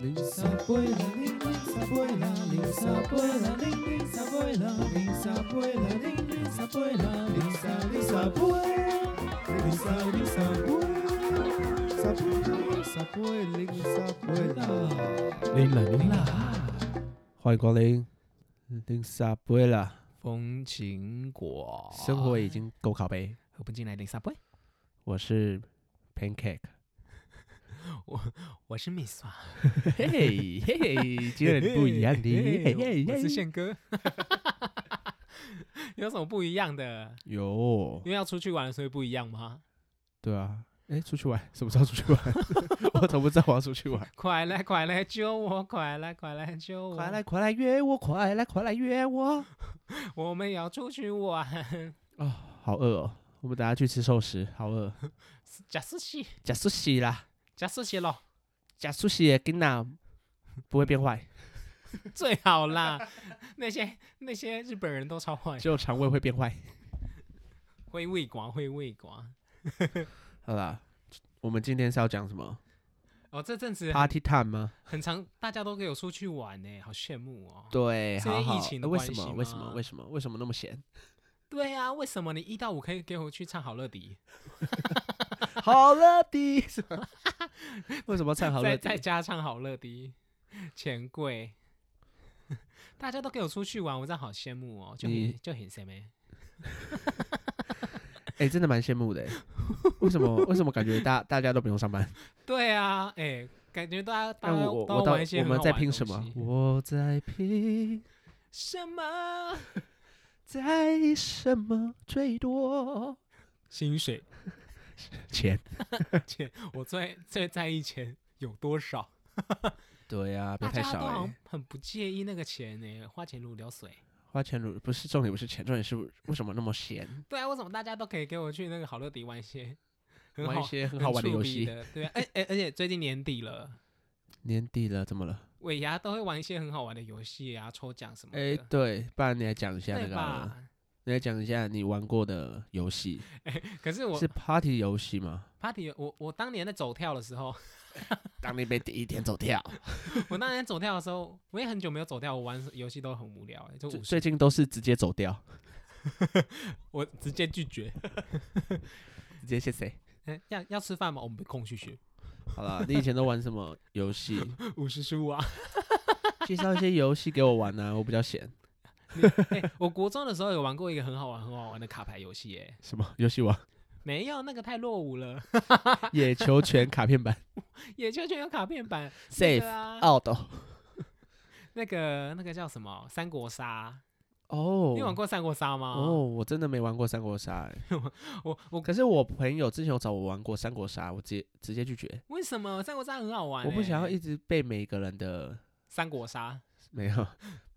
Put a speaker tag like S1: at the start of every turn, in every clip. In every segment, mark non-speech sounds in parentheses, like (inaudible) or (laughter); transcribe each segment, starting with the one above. S1: 零撒贝拉，零零撒贝拉，零撒贝拉，零零撒贝拉，零撒贝拉，零零撒贝拉，零撒零撒贝，零撒零撒贝，撒贝撒贝零撒贝拉，零啦零啦，欢迎光临零撒贝拉，
S2: 风情果，
S1: 生活已经够拷贝，
S2: 喝不进来零沙杯。
S1: 我是 (laughs) Pancake，
S2: 我是米刷，
S1: 嘿嘿 (laughs) 嘿，今天不一样的， (laughs) 嘿嘿
S2: 我是
S1: 嘿，
S2: 宪哥。 (laughs) 有什么不一样的？
S1: 有
S2: 因。为要出去玩，所以不一样吗？
S1: 对啊，哎，出去玩，什么时候出去玩？ (laughs) 我怎么知道我要出去玩？
S2: 快来，快来救我！快来，快来救我！
S1: 快来，，快来约我！快来，快来约我！
S2: 我们要出去玩。
S1: 哦，好饿哦，我们等下去吃寿司，好饿。哦
S2: 假四喜，
S1: 假寿司啦，
S2: 假四喜咯，
S1: 假寿司的囡仔不会变坏，
S2: 最好啦。那些那些日本人都超坏，
S1: 只有肠胃会变坏。
S2: 会喂瓜，会喂瓜。
S1: 好啦，我们今天是要讲什么
S2: 哦，这阵子
S1: ？Party time 吗？
S2: 很长，大家都有出去玩呢，好羡慕哦。
S1: 对，
S2: 是因为
S1: 好好。
S2: 疫情的
S1: 呃为
S2: 关
S1: 什
S2: 系
S1: 么？为什么？
S2: 吗
S1: 为什么？为什么那么 (laughs) 闲？
S2: 对啊，为什么你一到五可以给我去唱好乐迪？
S1: 好乐迪，是吗 (laughs) 为什么唱好乐
S2: 再
S1: 迪
S2: 再？加唱好乐迪，钱柜， (laughs) 大家都给我出去玩，我真的好羡慕哦，就
S1: 你
S2: 很就很羡慕。
S1: 哎、真的蛮羡慕的欸。为什么？为什么感觉大大家都不用上班？
S2: 对啊，哎、感觉大家大
S1: 但
S2: 家
S1: 我
S2: 都
S1: 我我
S2: 玩
S1: 到
S2: 一些
S1: 我
S2: 很
S1: 们
S2: 好
S1: 在
S2: 玩的
S1: 拼
S2: 东
S1: 什么
S2: 西？
S1: 我在拼，
S2: 什么
S1: 在什么最多 (laughs)
S2: 薪水
S1: 钱？
S2: 钱？我最最在意钱有多少？
S1: 对呀、啊，不要
S2: 大
S1: 太
S2: 家都
S1: 少
S2: 好
S1: 哎、
S2: 像很不介意那个钱呢、花钱如流水。
S1: 花钱如不是重点，不是钱，重点是为什么那么闲？
S2: 对啊，为什么大家都可以给我去那个好乐迪玩一些 (laughs) 很
S1: 玩一
S2: 好
S1: 些很好玩的
S2: 触
S1: 游
S2: 鼻
S1: 戏。
S2: 的？对啊，哎、哎、而且最近年底了。
S1: 年底了，怎么了？
S2: 尾牙都会玩一些很好玩的游戏啊，抽奖什么的，
S1: 哎、对，不然你来讲一下那
S2: 对
S1: 个啊好了，
S2: 吧？
S1: 你来讲一下你玩过的游戏，
S2: 可是 (laughs) 我
S1: 是 party 游戏吗？
S2: party，我我当年在走跳的时候，
S1: 当你被第一天走
S2: (laughs)
S1: 跳，
S2: 我当年走跳的时候，我也很久没有走跳，我玩游戏都很无聊、欸，就
S1: 最
S2: 五十，
S1: 最近都是直接走掉，
S2: 我直接拒绝。
S1: 直接谢谁？
S2: 哎、要要吃饭吗？我们被空去学
S1: 好了，你以前都玩什么游
S2: (laughs)
S1: 戏？
S2: 五十输啊。
S1: 介绍一些游戏给我玩啊，我比较闲。
S2: 哎、我国中的时候有玩过一个很好玩、很好玩的卡牌游戏、欸，哎，
S1: 什么游 (laughs) 戏王？
S2: 没有那个太落伍了，
S1: 野球拳卡片版
S2: 野球拳有卡片版那个
S1: Safe 哦
S2: 啊，
S1: out
S2: 那个那个叫什么三国杀，
S1: 哦
S2: 你有玩过三国杀吗？
S1: 哦，我真的没玩过三国杀、欸，
S2: 我我
S1: 可是我朋友之前有找我玩过三国杀，我直接直接拒绝，
S2: 为什么三国杀很好玩、欸？
S1: 我不想要一直被每一个人的
S2: 三国杀。
S1: 没
S2: (laughs)
S1: 有，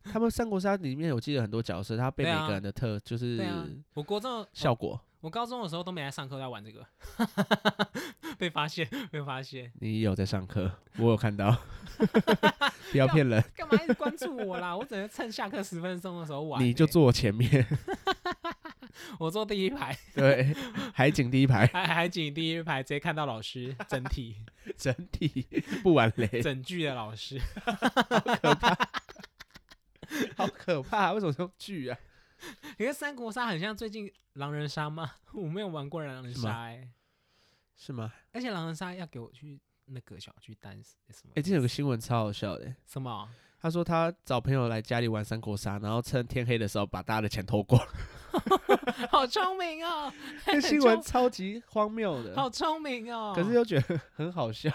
S1: 他们三国杀里面我记得很多角色，他被
S2: 对
S1: 每
S2: 啊
S1: 个人的特就是
S2: 对啊，哦我国中的
S1: 效果，
S2: 我高中的时候都没来上课，在玩这个，被发现，被发现，
S1: 你有在上课，我有看到，不要骗人，
S2: (laughs) 干嘛一直关注我啦？我只能趁下课十分钟的时候玩欸、
S1: 你就坐我前面，
S2: (laughs) 我坐第一排，
S1: 对，海景第一排，
S2: 海海景第一排，直接看到老师整体
S1: 整体不玩雷，
S2: 整句的老师， (laughs)
S1: 好可怕！为什么用剧啊？
S2: 你看三国杀很像最近狼人杀吗？ (laughs) 我没有玩过狼人
S1: 是吗
S2: 杀、欸，
S1: 是吗？
S2: 而且狼人杀要给我去那个小巨蛋是什么
S1: 哎、？这有个新闻超好笑的、欸
S2: 什么？ (laughs)
S1: 他说他找朋友来家里玩三国杀，然后趁天黑的时候把大家的钱偷 (laughs) 光。
S2: 好聪明
S1: (laughs)
S2: 哦，
S1: 这新闻超级荒谬的，
S2: 好聪明哦！
S1: 呃可是又觉得很好笑，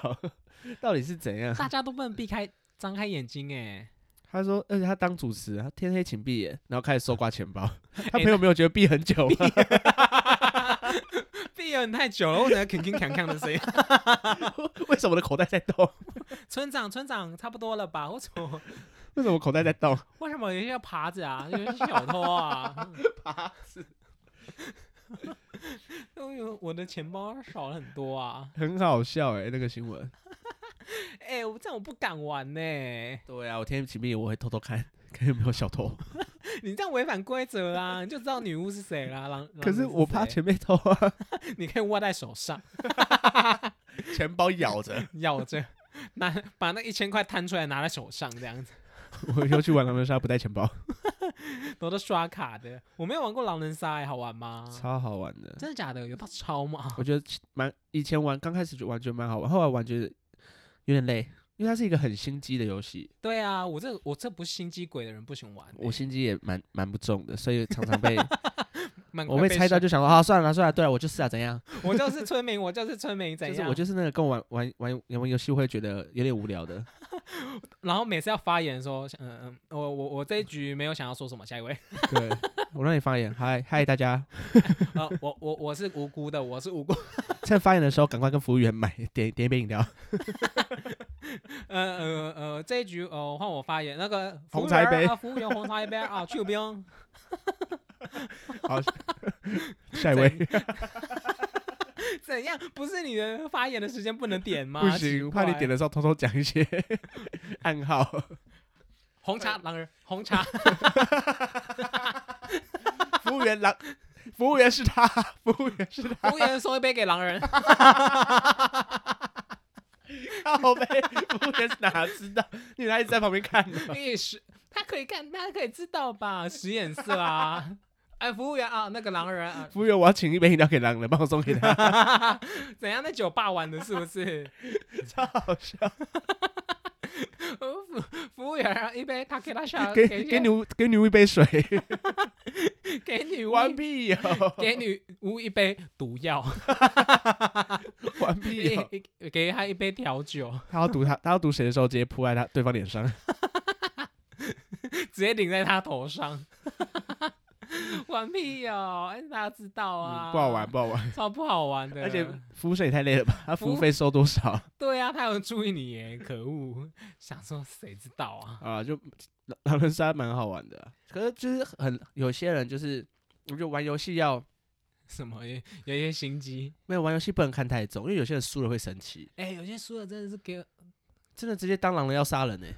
S1: 到底是怎样？
S2: 大家都不能避开张开眼睛哎、
S1: 他说，而且他当主持，他天黑请闭眼，然后开始搜刮钱 (laughs) 包。他
S2: 欸
S1: 朋友没有觉 (laughs) 得闭很久吗？
S2: 闭眼太久了，我 (laughs) 等下肯肯锵锵的声音。
S1: 为什么我的口袋在 (laughs) 动？
S2: 村长，村长，差不多了吧？为什么
S1: 为什么口袋在动？
S2: 为什么有些要爬着啊？有些小偷啊？ (laughs)
S1: 爬
S2: 子。因为哎我的钱包少了很多啊！
S1: 很好笑哎、那个新闻。
S2: 哎、我这样我不敢玩呢、
S1: 对啊，我天黑请闭眼，我会偷偷看 (laughs) 看有没有小 (laughs) 偷。
S2: 你这样违反规则啦，你就知道女巫是谁啦。狼，
S1: 可是
S2: 狼人
S1: 我怕
S2: 谁，
S1: 前面偷啊， (laughs)
S2: 你可以握在手上，
S1: 钱包咬着。
S2: 咬着， (laughs) 拿把那一千块摊出来拿在手上这样子，
S1: (laughs) 我以后去玩狼人杀不带钱包，
S2: 我都刷卡的。我没有玩过狼人杀、欸，好玩吗？
S1: 超好玩的。
S2: 真的假的？有到超吗？
S1: 我觉得蛮以前玩刚开始就玩觉得蛮好玩，后来玩觉得有点累，因为它是一个很心机的游戏，
S2: 对啊，我这我这不是心机鬼的人不行玩欸、
S1: 我心机也蛮蛮不重的，所以常
S2: (laughs)
S1: 常被
S2: 蛮
S1: 我
S2: 快
S1: 被猜到
S2: 吓
S1: 就想说啊算了啦算了，对了我就是啊怎样，
S2: 我就是村民，我就是村民，怎
S1: 就
S2: 样？
S1: 是我就是那个跟我玩玩玩玩游戏会觉得有点无聊
S2: (laughs)
S1: 的，
S2: 然后每次要发言说，嗯嗯，我我我这一局没有想要说什么，下一位。 (laughs)
S1: 对我让你发言，嗨嗨大家，
S2: 啊，我我我是无辜的，我是无辜。
S1: 趁发言的时候赶快跟服务员买点点一杯饮料，
S2: 呃呃呃，这一局呃换我发言，那个服务
S1: 红茶一
S2: 员
S1: 杯
S2: 啊，服务员红茶一杯啊，去冰。
S1: 好， (laughs) 下一位
S2: 怎样？不是你的发言的时间不能点吗？
S1: 不行，怕你点
S2: 了
S1: 的时候偷偷讲一些 (laughs) 暗
S2: (laughs)
S1: 号，
S2: 红茶狼人红茶
S1: 服务员狼，服务员是他，服务员是他，
S2: 服务员送一杯给狼人，
S1: 靠背，服务员是哪知道？女孩子在旁边看呢，
S2: 你是他可以看，他可以知道吧？使眼色啊！哎，服务员啊，那个狼人啊，
S1: 服务员我要请一杯饮料给狼人，帮我送给他，
S2: (laughs) 怎样？在酒吧玩的是不是？
S1: (laughs) 超好笑，
S2: 呃服服务员啊，一杯他给他下，
S1: 给
S2: 给
S1: 给女给女巫一杯
S2: (laughs)
S1: 水，
S2: 给女巫
S1: 玩屁哟，
S2: 给女巫一杯毒药，
S1: 玩屁哟。
S2: 给给她一杯调酒，
S1: 他要读他，他要读谁的时候，直接扑在他对方脸上。
S2: 直接顶在她头上。 (laughs) 玩屁哦，哎大家知道啊、
S1: 嗯不好玩，，不好玩。
S2: 超不好玩的。
S1: 而且服务生也太累了吧？他服务
S2: 啊服务
S1: 费收多少
S2: 对啊，他有注意你耶，可恶！想说谁知道啊？
S1: 啊？就狼狼人杀蛮好玩的啊，可是就是很有些人就是，我觉得玩游戏要
S2: (laughs) 什么有有一些心机？
S1: 没有玩游戏不能看太重，因为有些人输了会生气，
S2: 哎、有些输了真的是给我，
S1: 真的直接当狼人要杀人呢、欸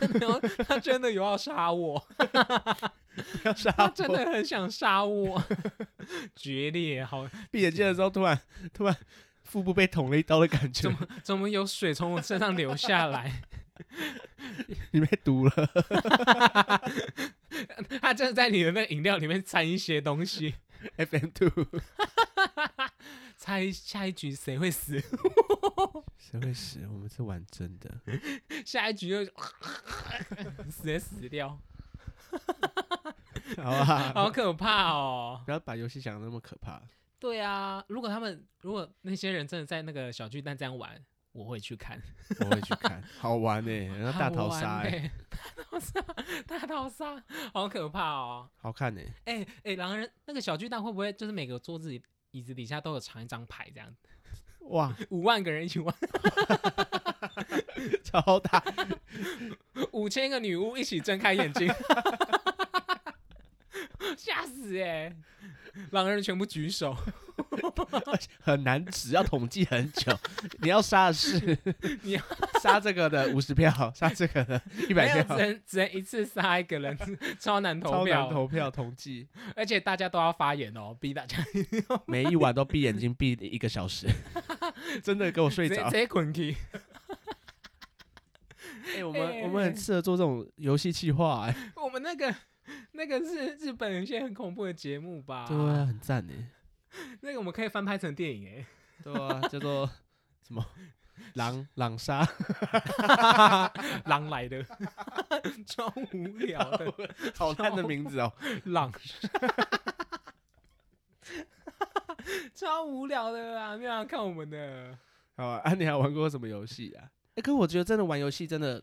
S2: 真的有 (laughs) 他真的有要杀 (laughs) 我，
S1: 要杀
S2: (laughs) 他真
S1: 我
S2: 的很想杀我， (laughs) 决裂！好，
S1: (laughs) 闭眼睛的时候突然突然腹部被捅了一刀的感觉
S2: 怎，么怎么有水从我身上流下来？ (laughs)
S1: 你被毒了，
S2: 他真的在你的那个饮料里面掺一些东 (laughs) 西，
S1: FM two，
S2: 猜下一局谁会死，
S1: 谁会死？我们是玩真的，
S2: 下一局就 (laughs) 直接死掉，
S1: (laughs) 好
S2: (laughs)
S1: 啊，
S2: 好可怕哦！
S1: 不要把游戏想的那么可怕。
S2: 对啊，如果他们如果那些人真的在那个小巨蛋这样玩，我会去看。
S1: 我会去看，好玩呢、然后大
S2: 好
S1: 逃
S2: 玩
S1: 杀、欸，
S2: 欸，大逃杀，大逃杀，好可怕哦！
S1: 好看呢、欸
S2: 哎、哎、狼人那个小巨蛋会不会就是每个桌子里椅子底下都有藏一张牌这样？
S1: 哇，
S2: 五万个人一起玩，
S1: (laughs) 超大，
S2: 五千个女巫一起睁开眼睛， (laughs) 吓死哎、狼人全部举手，，
S1: 很难指，要统计很久。你要杀的是
S2: 你要
S1: 杀这个的五十票，杀这个的一
S2: 没
S1: 百
S2: 有只
S1: 票，
S2: 能只能一次杀一个人， (laughs) 超难投
S1: 超难
S2: 票，
S1: 投票统计，
S2: 而且大家都要发言哦，逼大家
S1: 每一晚都闭眼睛闭一个小时，真的给我睡
S2: 直接
S1: 着
S2: 直。接滚去。
S1: 哎、我们、
S2: 哎
S1: 我们很适合做这种游戏企划、哎
S2: (laughs) 我们那个那个是日本有一些很恐怖的节目吧？
S1: 对啊，很赞呢、
S2: 那个我们可以翻拍成电影哎、
S1: (laughs) 对啊，叫 (laughs) 做什么狼狼杀，
S2: 狼来的， (laughs) 超无聊的
S1: 好烂的名字哦。
S2: 狼， (laughs) 超无聊的啊！没有人看我们的，
S1: (laughs) 好啊，啊你还玩过什么游戏啊？哎、可我觉得真的玩游戏真的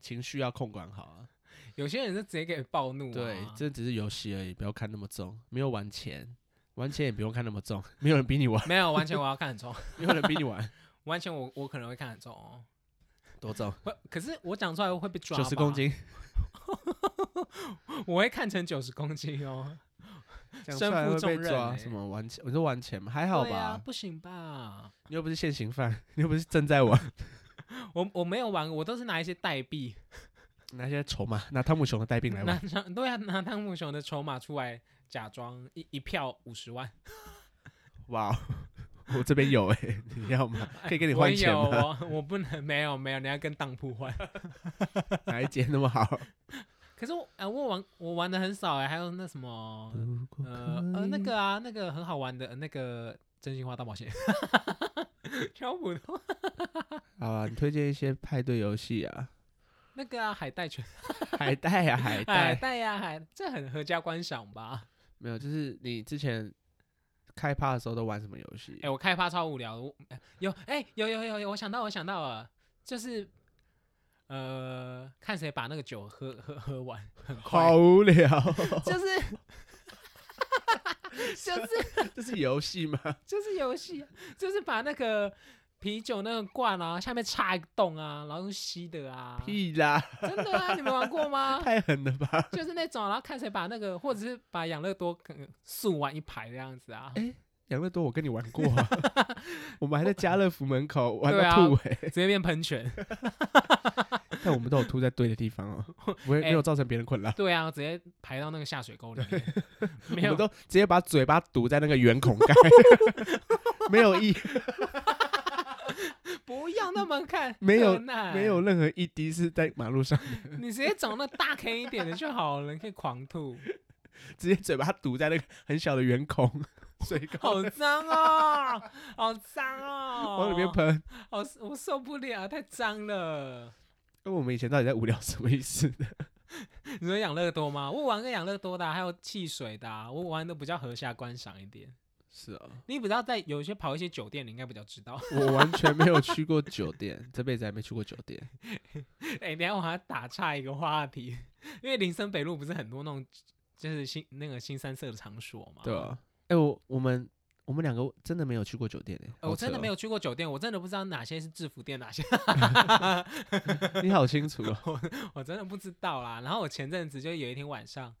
S1: 情绪要控管好啊。
S2: 有些人是直接给暴怒、啊，
S1: 对，这只是游戏而已，不要看那么重，没有玩钱，玩钱也不用看那么重，没有人比你玩，
S2: 没有完全我要看很重， (laughs)
S1: 没有人比你玩
S2: 完全我我可能会看很重哦。
S1: (laughs) 多重，
S2: 我可是我讲出来会被抓，
S1: 九十公，斤，
S2: 我会看成九十公斤哦。
S1: 讲出
S2: 身
S1: 来
S2: 负
S1: 会被
S2: 重任
S1: 抓。
S2: 欸
S1: 什么玩钱？我说玩钱嘛，还好
S2: 对啊
S1: 吧？
S2: 不行吧？
S1: 你又不是现行犯，你又不是正在 (laughs) 玩，
S2: 我我没有玩，我都是拿一些代币，
S1: 拿些筹码，拿汤姆熊的带兵来
S2: 拿
S1: 玩，
S2: 拿对啊，拿汤姆熊的筹码出来，假装一一票五十万，
S1: (laughs) 哇哦，我这边有哎、你要吗？可以跟你
S2: 我
S1: 换钱
S2: 有哦
S1: 吗？
S2: 我我不能没有没有，你要跟当铺换。 (laughs)
S1: 哪一间那么好？
S2: 可是我哎、我玩我玩的很少哎、还有那什么 (laughs) 呃呃那个啊那个很好玩的、呃那个真心话大冒险， (laughs) 超普通
S1: 好啊，你推荐一些派对游戏
S2: (laughs)
S1: 啊，
S2: 那个啊海带拳
S1: 海带啊，海
S2: 海
S1: 带，
S2: 带呀、海这很合家观赏吧？
S1: 没有，就是你之前开趴的时候都玩什么游戏
S2: 哎、？我开趴超无聊的，我哎有哎、有有有有，我想到我想到了，就是呃看谁把那个酒喝喝喝完很快
S1: 好，无
S2: (laughs)
S1: 聊，
S2: 就是 (laughs) 就是
S1: 这是游戏吗？
S2: 就是游戏啊，就是把那个啤酒那个罐啊，下面插一个洞啊，然后用吸的啊，
S1: 屁啦，
S2: 真的啊，你们玩过吗？
S1: 太狠了吧！
S2: 就是那种，啊然后看谁把那个，或者是把养乐多呃竖完一排这样子啊，
S1: 哎养乐多，我跟你玩过
S2: (laughs)
S1: 啊，我们还在家乐福门口玩
S2: 对啊
S1: 到吐哎、
S2: 直接变喷泉。
S1: 但我们都有吐在对的地方哦，不
S2: (laughs) 哎
S1: 会没有造成别人困扰。
S2: 对啊，直接排到那个下水沟里
S1: (laughs)
S2: 面，没
S1: 我
S2: 有
S1: 们都直接把嘴巴堵在那个圆孔
S2: (laughs)
S1: 盖，没有一
S2: 不要那么
S1: (laughs)
S2: 看，
S1: 没有
S2: 没
S1: 没有，任何一滴是在马路上，
S2: 你直接找那大 K 一点的就好了，你可以
S1: (laughs)
S2: 狂吐，
S1: 直接嘴巴堵在那个很小的圆孔
S2: (laughs)
S1: 水沟
S2: 好脏哦，好脏哦，
S1: 往里面，喷。
S2: 好我受不了，太脏了。
S1: 那我们以前到底在无聊什么意思呢？
S2: 你说养乐多吗？我玩个养乐多的啊、还有汽水的啊、我玩的比较合下观赏一点。
S1: 是啊，
S2: 你比较在有一些跑一些酒店，你应该比较知道。 (laughs)
S1: 我完全没有去过酒店， (laughs) 这辈子还没去过酒店。
S2: 哎、等一下我还要打岔一个话题，因为林森北路不是很多那种就是新那个新三色的场所嘛？
S1: 对啊，哎、我我们我们两个真的没有去过酒店哎、
S2: 呃。我真的没
S1: 有，
S2: 有去过酒店，我真的不知道哪些是制服店，哪些
S1: (laughs)
S2: (laughs)
S1: 你好清楚哦、
S2: 我真的不知道啦。然后我前阵子就有一天晚上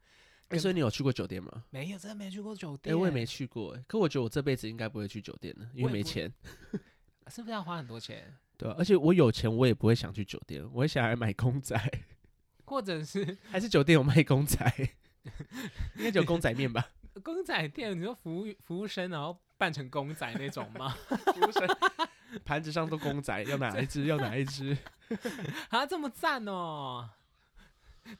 S1: 哎所以你有去过酒店吗？
S2: 没有，真的没去过酒
S1: 哎、
S2: 店，
S1: 我也没，去过、哎，可我觉得我这辈子应该不会去酒店了，因
S2: 我
S1: 为
S2: 也
S1: 没
S2: 不
S1: 钱。
S2: 是不是要花很多钱？
S1: 对、啊，而且我有钱，我也不会想去酒店，我会想来买公仔，
S2: 或者是 (laughs)
S1: 还是酒店有卖公仔， (laughs) 应该只有公仔面吧？ (laughs)
S2: 公仔店，你说服务服务生然后扮成公仔那种吗？
S1: 服务生盘子上都公仔，要哪一只？要哪一只？
S2: 啊，这么赞哦！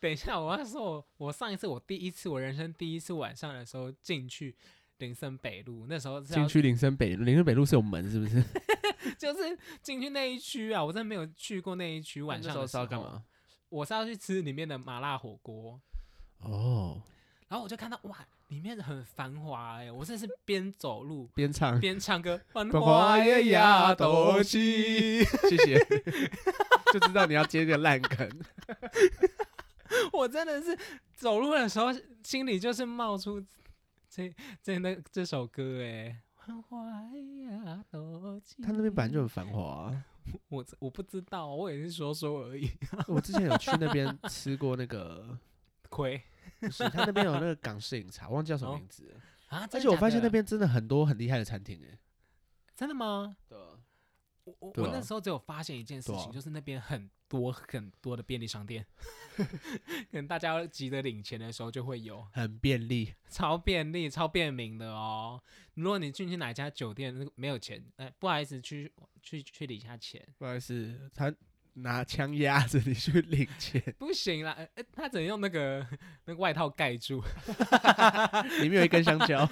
S2: 等一下，我要说我，我上一次我第一次，我人生第一次晚上的时候进去林森北路，那时候是 (laughs) 要
S1: 进去林森北路，林森北路是有门是不是？
S2: 就是进去那一区啊，我真的没有去过那一区。 (laughs) 晚上
S1: 那时
S2: 的
S1: 候是要干？嘛？
S2: 我是要去吃里面的麻辣火锅，
S1: 哦，
S2: 然后我就看到哇，里面很繁华哎、我真的是边走路
S1: 边唱。
S2: 边
S1: (laughs)
S2: 唱歌，繁
S1: 繁华也亚
S2: 都
S1: 多
S2: 西。
S1: 西，谢谢， (laughs) 就知道你要接个烂梗。
S2: 我真的是走路的时候，心里就是冒出这这那这首歌哎，繁华呀，多情
S1: 他那边本来就很繁华、啊，
S2: 我我不知道，我也是说说而已。 (laughs)
S1: 我之前有去那边吃过那个，
S2: 亏
S1: 不是他那边有那个港式饮茶，忘记叫什么名字了。而
S2: 啊！真的
S1: 且我
S2: 假
S1: 发现
S2: 的
S1: 那边真的很多很厉害的餐厅、哎，
S2: 真的吗？
S1: 对、啊
S2: 我我、
S1: 对
S2: 我
S1: 啊
S2: 那时候只有发现一件事
S1: 对啊
S2: 情，就是那边很多很多的便利商店， (laughs) 可能大家急着领钱的时候就会有，
S1: 很便利。
S2: 超便利、超便民的哦。如果你进去哪一家酒店那个没有钱，哎，不好意思，去去去领一下钱。
S1: 不好意思，他拿枪压着你去领钱，
S2: 不行啦，呃呃他只能用那个 (laughs) 那个外套盖住， (laughs)
S1: 里面有一根香蕉，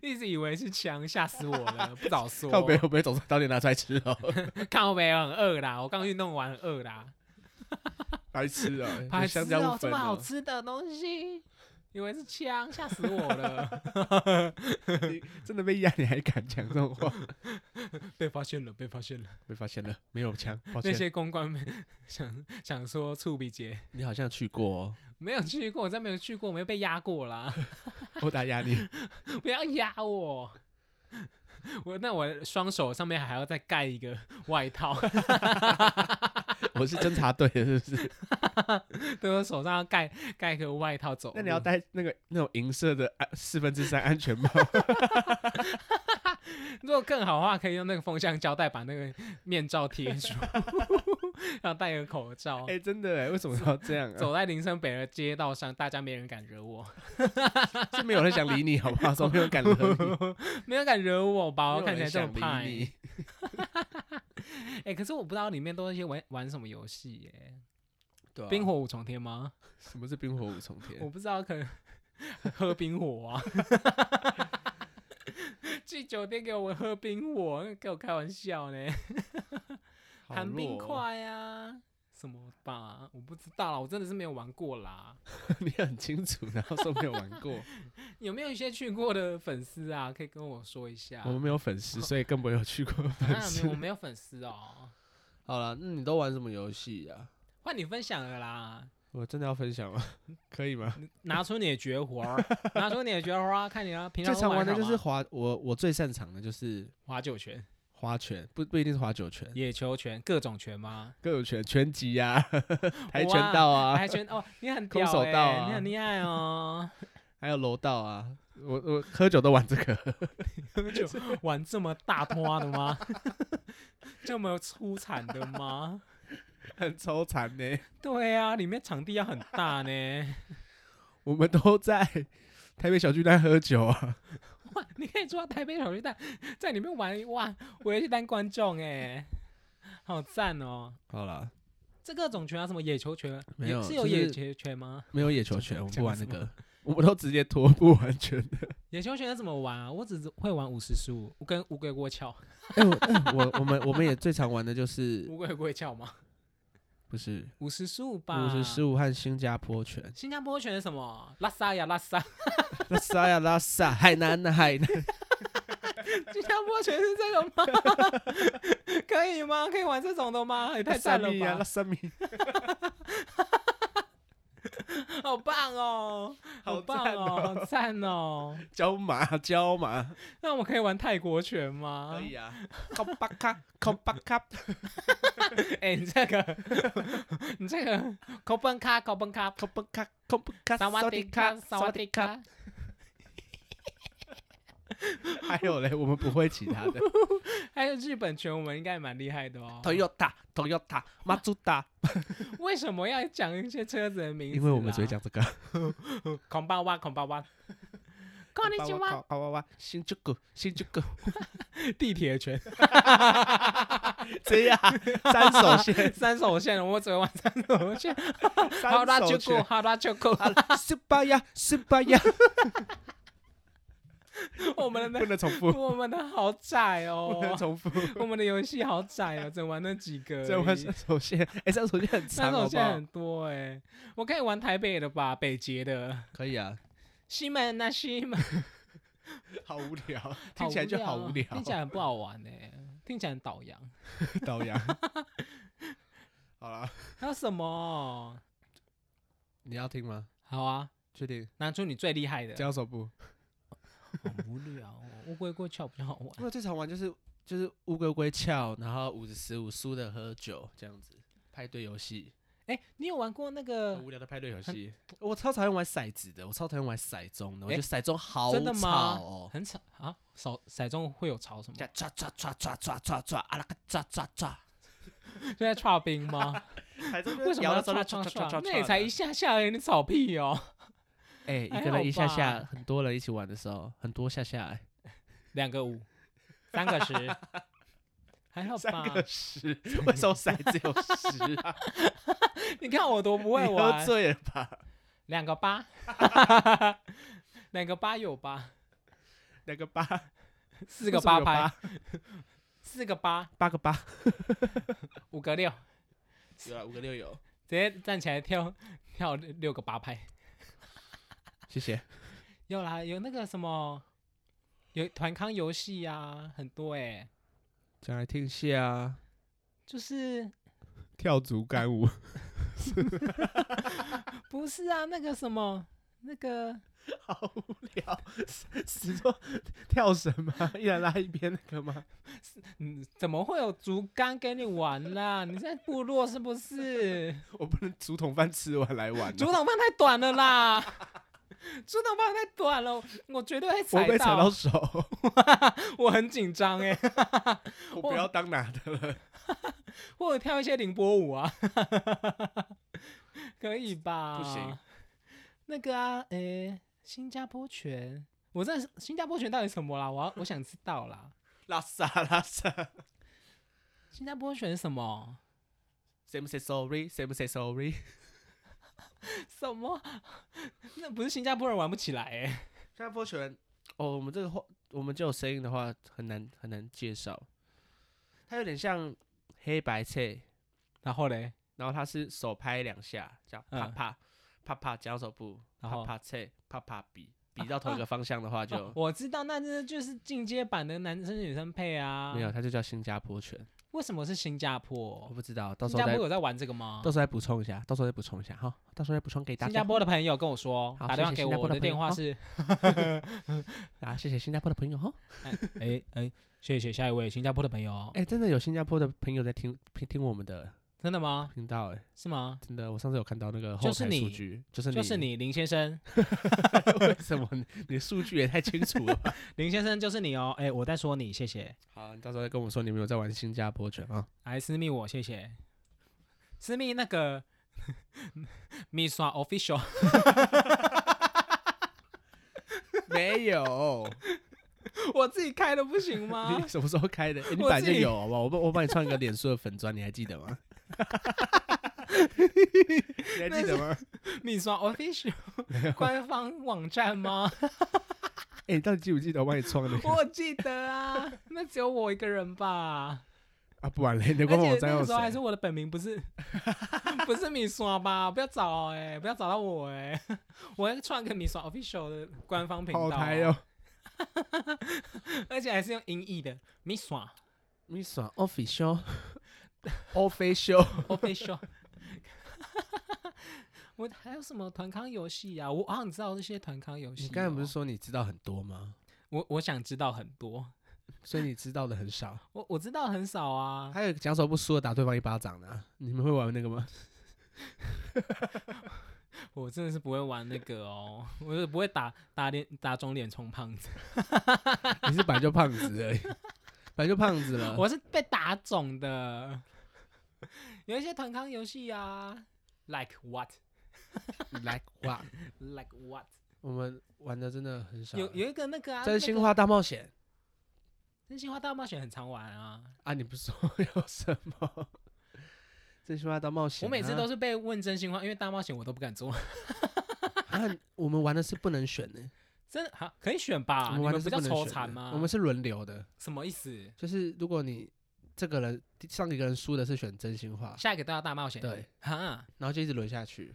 S2: 一直以为是枪，吓死我了，不早说。
S1: 靠北，我不会总早点拿出来吃
S2: (laughs)
S1: 哦，
S2: 靠北很饿啦，我刚运动完很饿啦，
S1: 白痴哦、
S2: 白痴
S1: 香蕉不
S2: 哦这
S1: 分
S2: 么好
S1: 哦、
S2: 吃的东西，以为是枪，吓死我了，
S1: 你真的被压你还敢讲这种话？
S2: 被发现了，被发现了。
S1: 被发现了，没有枪，抱
S2: (laughs) 那
S1: 歉。
S2: 些公关们 (laughs) 想想说触鼻节
S1: 你好像去过、
S2: (laughs)
S1: 哦，
S2: 没有去过，我真没有去过，我没有被压过啦， (laughs)
S1: 我打压你。
S2: 不要压我。 (laughs) 我那我双手上面还要再盖一个外套， (laughs)
S1: 我是侦察队的，是不
S2: (laughs)
S1: 是？
S2: 对我手上要盖盖一个外套走路。
S1: 那你要戴那个那种银色的安四分之三安全
S2: (laughs)
S1: 帽，
S2: 如果更好的话，可以用那个风箱胶带把那个面罩贴
S1: (laughs)
S2: 住，然后戴个口罩。
S1: 哎、真的哎，为什么要这样啊？
S2: 走在林森北的街道上，大家没人敢
S1: (laughs)
S2: 惹我，
S1: 是没有人想理
S2: (laughs)
S1: 你，好不好？说没有人敢惹你，
S2: 没有敢惹我吧？
S1: 没
S2: 我
S1: 有
S2: 看起来
S1: 人
S2: 这么
S1: 想
S2: 怕、
S1: 理你。
S2: 哎、可是我不知道里面都是些玩玩什么游戏耶？
S1: 对啊
S2: 冰火五哦重天吗？
S1: 什么是冰火五重
S2: 我
S1: 天？
S2: 不知道，可能喝冰
S1: (laughs)
S2: 火啊。去酒店给我喝冰火，给我开玩笑呢。
S1: 好
S2: 寒冰
S1: 弱哦，
S2: 块啊，什么吧？我不知道啦，我真的是没有玩过啦。
S1: (laughs) 你很清楚，然后说没有玩 (laughs) 过，
S2: 有没有一些去过的粉丝啊？可以跟我说一下。
S1: 我们没有粉 (laughs) 丝，所以更没有去过粉
S2: 啊，没有，我
S1: 丝。
S2: 没有粉丝哦。
S1: (laughs) 好了，那你都玩什么游戏呀？
S2: 换你分享了啦，
S1: 我真的要分享吗？ (laughs) 可以吗？
S2: 拿出你的绝活儿，拿出你的绝活儿啊！看你啊，平常
S1: 最
S2: 都
S1: 常玩的
S2: 什
S1: 就是
S2: 么
S1: 滑，我我最擅长的就是
S2: 划九拳、
S1: 划拳，不不一定是划九拳，
S2: 野球拳、各种拳吗？
S1: (laughs) 各种拳，拳击 (laughs) 呀，跆拳
S2: 哇
S1: 道啊，
S2: 跆拳哦，你很
S1: 空
S2: 屌
S1: 手
S2: 欸
S1: 道啊
S2: 你很厉害哦， (laughs)
S1: 还有楼道啊，我我喝酒都玩这个，
S2: 就玩这么大拖的吗？ (laughs) 这么出产的吗？
S1: (laughs) 很抽残呢。
S2: 对啊，里面场地要很大呢。
S1: 我们都在台北小巨蛋喝酒啊，
S2: 哇，你可以坐到台北小巨蛋，在里面玩哇，我也去当观众哎，好赞哦！
S1: 好啦，
S2: 这各种拳啊，什么野球拳，
S1: 没
S2: 也
S1: 有
S2: 是
S1: 就
S2: 有野
S1: 是
S2: 球拳吗？
S1: 没有野球拳，
S2: 讲
S1: 我不玩那
S2: 什么
S1: 个，我们都直接脱不完全的。
S2: 野球拳要怎么玩啊？我只是会玩五十十五，跟乌龟过桥，
S1: 哎、我哎 (laughs) 我我们我们也最常玩的就是
S2: 乌龟过桥吗？
S1: 不是
S2: 五十十五吧，
S1: 五十十
S2: 五。，
S1: 五和新加坡拳
S2: 新加坡拳是什么？拉萨呀，拉萨。
S1: 拉萨呀拉萨，海南的海南，
S2: 新加坡拳是这个吗？可以吗？ (laughs) 可以玩这种的吗？也太赞了
S1: 呀拉
S2: 吧！
S1: 萨米，
S2: 好棒哦， (laughs) 好棒哦，啊好赞哦！
S1: 椒麻椒麻，
S2: 那我可以玩泰国拳吗？
S1: 可以啊，康巴卡康巴卡，
S2: 哎、你这个，你这个，口崩卡，口崩卡，
S1: 康巴卡康巴卡，
S2: 萨瓦迪卡，萨瓦迪
S1: 卡。
S2: 卡。
S1: 还有嘞，我们不会其他
S2: (laughs)
S1: 的
S2: 还有日本拳，我们应该蛮厉害的哦。
S1: ，Toyota Toyota Mazda，
S2: 为什么要讲一些车子的名字？啊
S1: 因为我们只会。讲这个。
S2: 孔巴哇，孔巴哇，孔尼基哇，
S1: 哇哇哇，新竹谷，新竹
S2: (laughs)
S1: 谷，
S2: 地铁拳，
S1: 这样三手线，
S2: (laughs) 三手线，我只会玩三手线。 (laughs) 好啦，
S1: 三
S2: 就
S1: 手
S2: 够，
S1: 线。
S2: (laughs) 好啦，就够。
S1: 是吧呀，是吧
S2: (laughs)
S1: 呀，
S2: 我们
S1: 不
S2: 的
S1: 能重复，
S2: 我们的好窄
S1: (laughs) 不能
S2: 哦，
S1: 重复。
S2: 我们的游戏好窄哦，只玩那几个而已。
S1: 再玩三手线， (laughs) 哎，三手线很长，
S2: 三手
S1: 好不
S2: 线
S1: 好
S2: 很？多哎、我可以玩台北的吧，北捷的
S1: 可以啊，
S2: 西门那、西门，
S1: (laughs) 好无聊， (laughs) 啊听起来就好无聊
S2: 聊，，听起来很不好玩哎、听起来很倒洋。
S1: 倒洋。 (laughs) 好了，
S2: 还有什么？
S1: 你要听吗？
S2: 好啊，
S1: 确定？
S2: 拿出你最厉害的。
S1: 交手不？
S2: 好无聊哦，乌龟过桥比较好玩。
S1: 我最常玩就是就是乌龟龟翘，然后五十十五输的喝酒这样子，派对游戏，
S2: 哎、你有玩过那
S1: (laughs)
S2: 个
S1: 很？无聊的派对游戏。呃我超讨厌玩骰子的，我超讨厌玩骰盅的，我觉得骰盅好
S2: 真的吗
S1: 吵哦。
S2: 很吵啊，少骰中会有吵什么
S1: 这？样抓抓抓抓抓抓抓，啊啦个抓抓抓，
S2: 就在刨
S1: (laughs)
S2: 冰吗？
S1: 骰盅
S2: 为什么要
S1: 抓
S2: 抓
S1: 抓抓
S2: 抓
S1: 抓？？
S2: 抓那也才一下下而已，你吵屁哦！
S1: 哎，一
S2: 还
S1: 个人一下
S2: 好吧
S1: 下，很多人一起玩的时候，很多下下哎，
S2: 两个五，三个
S1: (laughs)
S2: 十，还好吧？
S1: 十，为什么骰子有十 (laughs) 啊？
S2: 你看我多不会
S1: 你喝
S2: 玩，
S1: 醉了吧？
S2: 两个八，两个八有吧？
S1: 两个八，
S2: 四个
S1: 为什么
S2: 八
S1: 有
S2: 拍，四个八，
S1: 八个八，
S2: 五个六，
S1: (laughs) 有啊，五个六有，
S2: 直接站起来跳跳六个八拍。
S1: 谢谢。
S2: 有啦，有那个什么，有团康游戏啊，很多哎、
S1: 讲来听一下啊。
S2: 就是
S1: (laughs) 跳竹竿 (laughs) 舞，
S2: 不是啊？那个什么，那个
S1: 好无聊。是说跳绳吗？一人拉一边那个吗？
S2: 嗯，怎么会有竹竿跟你玩啦？你在部落是不是？
S1: 我不能竹筒饭吃完来玩、啊，
S2: 竹筒饭太短了啦， (laughs) 竹筒饭太短了，我绝对会
S1: 我
S2: 踩
S1: 被踩
S2: 到，
S1: 到手， (laughs)
S2: 我很紧张哎，
S1: 我不要当拿的了。
S2: 或者跳一些凌波舞啊， (laughs) 可以吧？
S1: 不行，
S2: 那个啊，诶、新加坡拳，我真的是新加坡拳到底什么啦？我要我想知道啦。
S1: 拉萨拉萨，
S2: 新加坡选什么？
S1: Say 不 say sorry? Say 不 say sorry?
S2: 什么？ (laughs) 那不是新加坡人玩不起来哎、
S1: 新加坡球员，哦，我们这个话，我们只有声音的话，很难很难介绍。它有点像黑白切，
S2: 然后嘞，
S1: 然后它是手拍两下，这样啪
S2: 嗯
S1: 啪、啪啪脚手步，
S2: 然
S1: 啪
S2: 后
S1: 啪切，啪啪比，比到同一个方向的话就、
S2: (laughs) 哦我知道，那这就是进阶版的男生女生配啊。
S1: 没有，，它就叫新加坡拳。
S2: 为什么是新加
S1: 我
S2: 坡？
S1: 不知道，到时
S2: 新
S1: 候
S2: 加
S1: 再
S2: 坡有在玩这个吗
S1: 到？时候再补充一下，到时候再补充一下哈，到时候再补充给大家。
S2: 新加坡的朋友跟我说，
S1: 好
S2: 打电话
S1: 谢谢
S2: 给
S1: 新加坡
S2: 我，我
S1: 的
S2: 的电
S1: 朋友
S2: 话
S1: 好
S2: 是，
S1: 啊，谢谢新加坡的朋友哈。
S2: (laughs) 哎哎，谢谢下一位新加坡的朋友哦，
S1: 哎、真的有新加坡的朋友在听听听我们的
S2: 真的吗？
S1: 频道哎、
S2: 是吗？
S1: 真的，我上次有看到那个后
S2: 就是
S1: 台数
S2: 你
S1: 据，就是
S2: 就是你林先生，
S1: 为 (laughs) 什么你你的数据也太清楚了吧？
S2: 林先生就是你哦，哎，我在说你，谢谢，
S1: (laughs) 好，你到时候再跟我说你们有在玩新加坡拳啊？
S2: 来私密我，谢谢，私密那个秘刷 official，
S1: (laughs)
S2: (laughs)
S1: 没有，
S2: 我自己开的不行吗
S1: (laughs) 你？ (laughs) 什么时候开的？诶哎你
S2: 我
S1: 本来
S2: 自
S1: 就
S2: 己
S1: 有好不好？我帮我帮你创一个脸书的粉砖，你还记得吗？ (laughs) 你还记得吗？
S2: 秘刷 official 官方网站 (laughs) 吗？
S1: (laughs) 哎、你到底记不记 (laughs) 得我帮你创的、那个？
S2: 我记得啊，那只有我一个人吧。
S1: 啊，不然嘞，你的
S2: 而
S1: 官
S2: 且
S1: 网
S2: 那
S1: 站
S2: 个
S1: 有
S2: 时候还
S1: 谁
S2: 是？我的本名，不是 (laughs) 不是米刷吧？不要找哎、不要找到我哎、我要创个米刷 official 的官方频道、
S1: 好台哦，
S2: 而且还是用音译的
S1: (laughs)
S2: 米刷
S1: 你爽 official (laughs) official，
S2: official。我还有什么团康游戏呀？我好想知道这些团康游戏哦、
S1: (laughs) 你刚才不是说你知道很多吗？
S2: 我我想知道很多，
S1: 所以你知道的很少。
S2: 我我知道很少
S1: (laughs)
S2: 啊。
S1: 还有讲手不输的打对方一巴掌的啊、你们会玩那个吗？
S2: 我真的是不会玩那个哦，我就不会打打脸打肿脸充胖子，
S1: 你是本来就胖子而已，本来就胖子了。
S2: 我是被打肿的。有一些团康游戏啊，like what，like
S1: like what？
S2: what，
S1: 我们玩的真的很少了。
S2: 有有一个那个啊，
S1: 真心话大冒险
S2: 那个真心话大冒险很常玩啊，
S1: 啊！你不是说 (laughs) 有什么真心话大冒险
S2: 我
S1: 啊？
S2: 每次都是被问真心话，因为大冒险我都不敢做， (laughs)
S1: 啊，我们玩的是不能选的，
S2: 真的好、可以选
S1: 我
S2: 吧？啊你
S1: 玩的
S2: 们
S1: 是
S2: 不
S1: 不
S2: 叫
S1: 能
S2: 抽
S1: 选
S2: 残
S1: 的
S2: 吗？
S1: 我们是轮流的，
S2: 什么意思？
S1: 就是如果你这个人上一个人输的是选真心话，
S2: 下一个都要大冒险？
S1: 对，
S2: 哈，
S1: 然后就一直轮下去。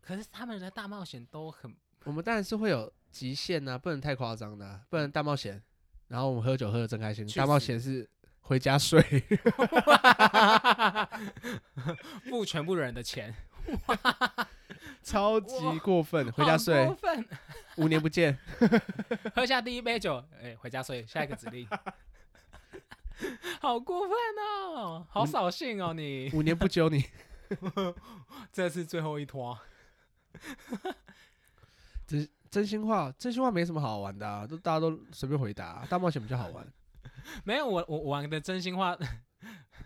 S2: 可是他们的大冒险都很
S1: 我们当然是会有极限呐、啊，不能太夸张的啊、不能大冒险。然后我们喝酒喝的正开心，
S2: 去
S1: 大冒
S2: 死
S1: 险是回家睡。
S2: 付全部人的钱，
S1: 超级过分，回家
S2: 好
S1: 睡
S2: 过，分，
S1: 五年不
S2: (laughs)
S1: 见，
S2: 喝下第一杯酒，哎、回家睡，下一个指令， (laughs) 好过分哦，好扫兴哦你，
S1: 五年不揪你，
S2: (laughs) 这是最后一坨，
S1: 真心话，真心话没什么好玩的、啊，都大家都随便回答、大冒险比较好玩，
S2: (laughs) 没有我我我玩的真心 (laughs) 话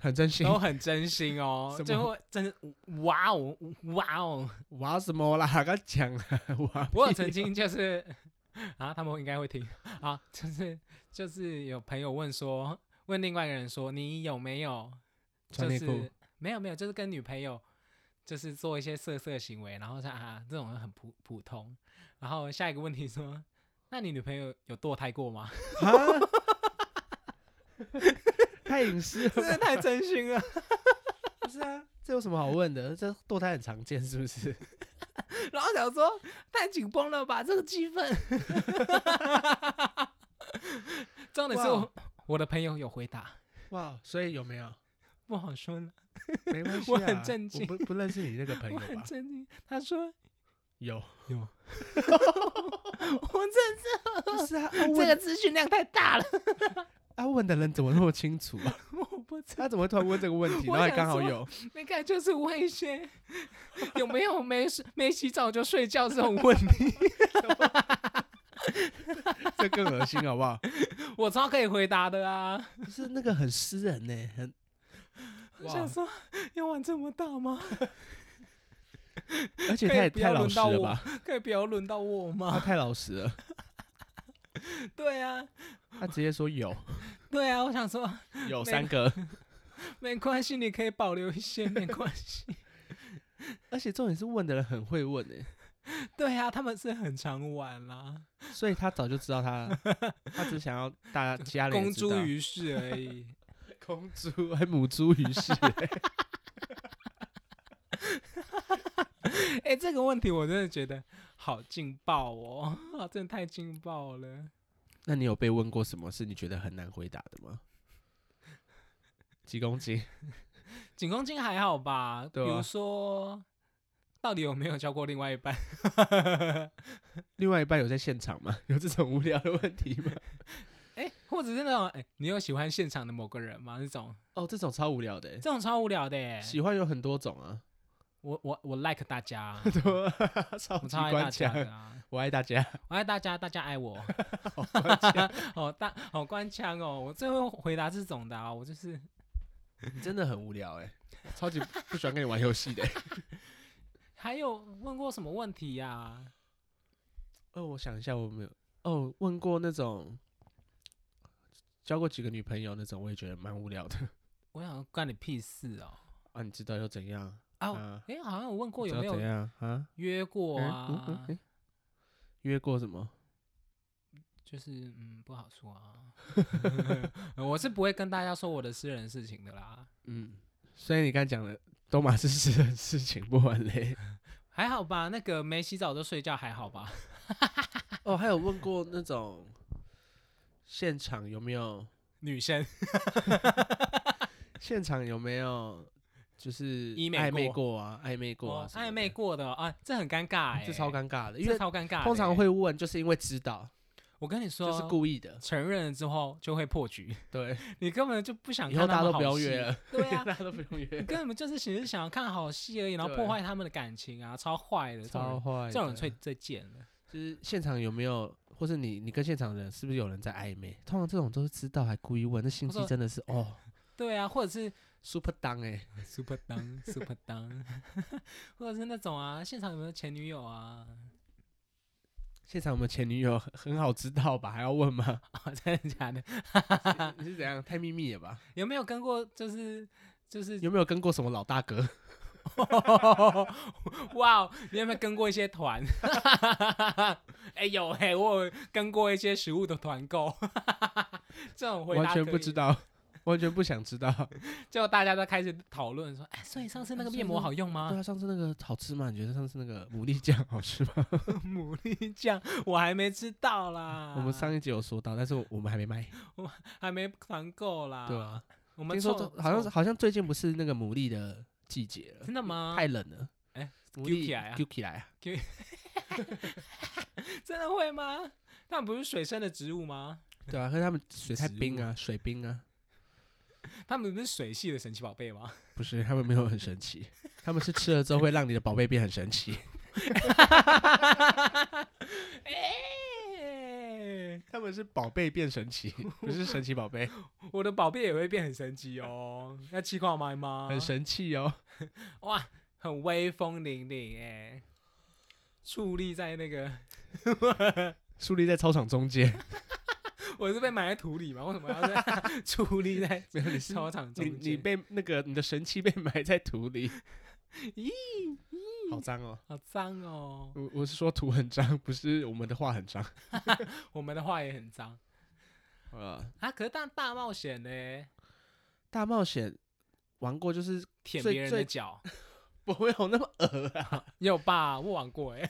S1: 很真心。
S2: 都很真心哦 (laughs)
S1: 什，么
S2: 最后真的哇哦哇 (laughs) 哦，
S1: 玩什么啦？刚讲啊了，玩 (laughs)
S2: 我有曾经就是啊，他们应该会听啊，就是就是有朋友问说，问另外一个人说你有没有
S1: 穿
S2: 就
S1: 内
S2: 是 (laughs)
S1: 裤，
S2: 没有没有，就是跟女朋友就是做一些色色行为，然后说啊这种很普普通。然后下一个问题说，那你女朋友有堕胎
S1: (laughs)
S2: 过吗？
S1: 啊太隐私了
S2: 真的
S1: 吧，
S2: 太真心了。
S1: 不是啊？这有什么好问的？这堕胎很常见，是不是？
S2: 然后想说太紧绷了吧，这个气氛。重点是
S1: 哇
S2: 我我的朋友有回答，
S1: 哇，所以有没有？
S2: 不好说呢，
S1: 没关系、啊，
S2: 我很震惊
S1: 我不不认识你那个朋友
S2: 我很
S1: 吧？
S2: 震惊。他说 (laughs)
S1: 有，
S2: 有，我这
S1: 不是啊？啊
S2: 这
S1: 问
S2: 个资讯量太大了，
S1: 啊问的人怎么那么清楚啊？
S2: 我不知
S1: 他怎么会突然问这个问题？
S2: 我
S1: 然后还
S2: 想
S1: 刚好
S2: 说
S1: 有，
S2: 那个就是问一些有没有没睡没洗澡就睡觉这种问题，
S1: 这更恶心好不 (laughs) 好？
S2: 我超可以回答的啊！
S1: 不是那个很私人呢、很
S2: 我想说要玩这么大吗？
S1: 而且
S2: 可
S1: 他
S2: 以
S1: 也
S2: 不
S1: 太
S2: 要
S1: 老
S2: 轮
S1: 实
S2: 到
S1: 了
S2: 我
S1: (laughs) 吧？
S2: 可以不要轮到我
S1: 他
S2: 吗？ (laughs)
S1: 太老实了，
S2: 对啊，
S1: 他直接说有
S2: 对啊，我想说
S1: (laughs) 有
S2: 没
S1: 三个，
S2: 没关系，你可以保留一些，没关系。 (laughs)
S1: 而且重点是问的人很会问诶、
S2: 对啊，他们是很常玩啊啦，
S1: 所以他早就知道 (laughs) 他，他只想要大家其他人也
S2: 公
S1: 知道
S2: 诸于世而
S1: (laughs)
S2: 已。
S1: 公猪还母猪于世、 (laughs) 欸，
S2: 哎、这个问题我真的觉得好劲爆哦， (laughs) 啊真的太劲爆了。
S1: 那你有被问过什么是你觉得很难回答的吗？几公斤？
S2: 仅公斤还好吧？
S1: 对啊
S2: 比如说，到底有没有交过另外
S1: (laughs)
S2: 一半？
S1: 另外一半有在现场吗？有这种无聊的问题 (laughs) 吗？
S2: 哎、或者是那种哎、你有喜欢现场的某个人吗？这种
S1: 哦，这种超无聊的欸、
S2: 这种超无聊的耶。
S1: 喜欢有很多种啊，，
S2: 我我我 like 大家
S1: (laughs) 对啊，超
S2: 我
S1: 级
S2: 超爱大
S1: 关
S2: 家的
S1: 卡，
S2: 啊。
S1: 我爱大家，
S2: 我爱大家，大家爱我。 (laughs) 好大好官腔哦！我最后回答这种的啊，我就是
S1: 你真的很无聊哎、 (laughs) 超级不喜欢跟你玩游戏的欸、
S2: 还有问过什么问题呀、
S1: 哦，我想一下，我没有哦，问过那种交过几个女朋友那种，我也觉得蛮无聊的 (laughs)
S2: 我想说关你屁事哦！
S1: 啊。你知道又怎样？
S2: 啊，哎、
S1: 啊
S2: 好像有问过
S1: 你
S2: 有
S1: 知道
S2: 没有
S1: 怎样啊？
S2: 约过啊？
S1: 嗯嗯嗯约过什么？
S2: 就是嗯，不好说啊。 (laughs) 呃我是不会跟大家说我的私人事情的啦，
S1: 嗯，所以你刚讲的都马是 (laughs) 私人事情，不玩嘞。
S2: 还好吧？那个没洗澡就睡觉还好吧？
S1: (laughs) 哦，还有问过那种现场有没有？
S2: (laughs) 女生
S1: 现场有没有就是
S2: 医美
S1: 暧昧
S2: 过
S1: 过啊？暧昧过啊
S2: 哦
S1: 什么的？嗯
S2: 暧昧过的哦啊，这很尴尬哎、
S1: 这超，尴尬的，因
S2: 这
S1: 为
S2: 超尴尬的欸、
S1: 通常会问，就是因为知道，
S2: 我跟你说，
S1: 就是故意的。
S2: 承认了之后就会破局， (laughs)
S1: 对，
S2: 你根本就不想
S1: 以后
S2: 看
S1: 大
S2: 他
S1: 家都
S2: 们好
S1: 不要
S2: 戏
S1: 约
S2: (laughs)
S1: 了，
S2: 对
S1: (laughs)
S2: 啊，
S1: 大家都不用
S2: 你
S1: 约，
S2: 根本就是只是想要看好戏而已，然后
S1: 对
S2: 破坏他们的感情啊，超坏的，这种
S1: 超
S2: 人
S1: 坏的。
S2: 这种人最最贱了。
S1: 就是现场有没有，或是你你跟现场的人是不是有人在暧昧？通常这种都是知道还故意问，那心
S2: 我
S1: 机
S2: 说
S1: 真的是哦
S2: 对啊，或者是
S1: ，super 当哎、
S2: super 当 super 当， (laughs) 或者是那种啊，现场有没有前女友啊？ (laughs)
S1: 现场我们前女友很好知道吧？还要问
S2: (laughs)
S1: 吗？
S2: 啊真的假的？
S1: 你是怎样？太秘密了吧？
S2: 有没有跟过就是 (laughs) 就是 (laughs)
S1: 有没有跟过什么老大哥？
S2: 哇哦，你有没有跟过一些团？ (laughs) 哎、有哎、我有跟过一些食物的团购，这种回答
S1: 完全
S2: 可
S1: 不
S2: 以
S1: 知，道，完全不想知
S2: (laughs)
S1: 道。
S2: 就大家都开始讨论说，哎、所以上次那
S1: 哎
S2: 个
S1: 所以
S2: 面膜
S1: 那
S2: 好用吗
S1: 对？啊，上次那个好吃吗？你觉得上次那个牡蛎酱好吃
S2: (laughs)
S1: 吗？
S2: 牡蛎酱我还没吃到啦，
S1: 我们上一集有说到，但是我我们还没卖，
S2: 还没团购啦，
S1: 对啊，
S2: 我们
S1: 听说
S2: 凑
S1: 都好像
S2: 凑
S1: 是好像最近不是那个牡蛎的季节了，
S2: 真的吗？
S1: 太冷了。
S2: 哎
S1: 牡
S2: 揪起来
S1: 蛎
S2: 啊
S1: 揪起来啊！
S2: (laughs) 真的会吗？那不是水生的植物吗？
S1: 对啊，可是他们水太
S2: 植
S1: 冰
S2: 物
S1: 啊，水冰啊，
S2: 它们不是水系的神奇宝贝吗？ (laughs)
S1: 不是他们没有很神奇，他们是吃了之后会让你的宝贝变很神
S2: (laughs)
S1: 奇。
S2: 哎，
S1: 他们是宝贝变神奇，不是神奇宝
S2: (laughs)
S1: 贝，
S2: 我的宝贝也会变很神奇哦，要气矿麦吗？
S1: 很神气哦。
S2: 哇，很威风凛凛哎，矗立在那个，
S1: 树立在操场中间，
S2: 我是被埋在土里吗？为什么要
S1: (laughs)
S2: 在矗立在
S1: 没有你是
S2: 操场
S1: 你
S2: (laughs) 中
S1: 你
S2: 间？
S1: 被那个你的神器被埋在土里，
S2: (laughs) 咦，
S1: 好脏哦！
S2: 好脏哦！
S1: 我我是说土很脏，不是我们的话很脏。
S2: 我们的话也很脏
S1: 呃，
S2: 啊，可是大大冒险呢，
S1: 大冒险玩过就是 (laughs)
S2: 舔
S1: 最
S2: 别人
S1: 最
S2: 的脚，
S1: 不有那么恶啊！
S2: 有吧？我玩过哎，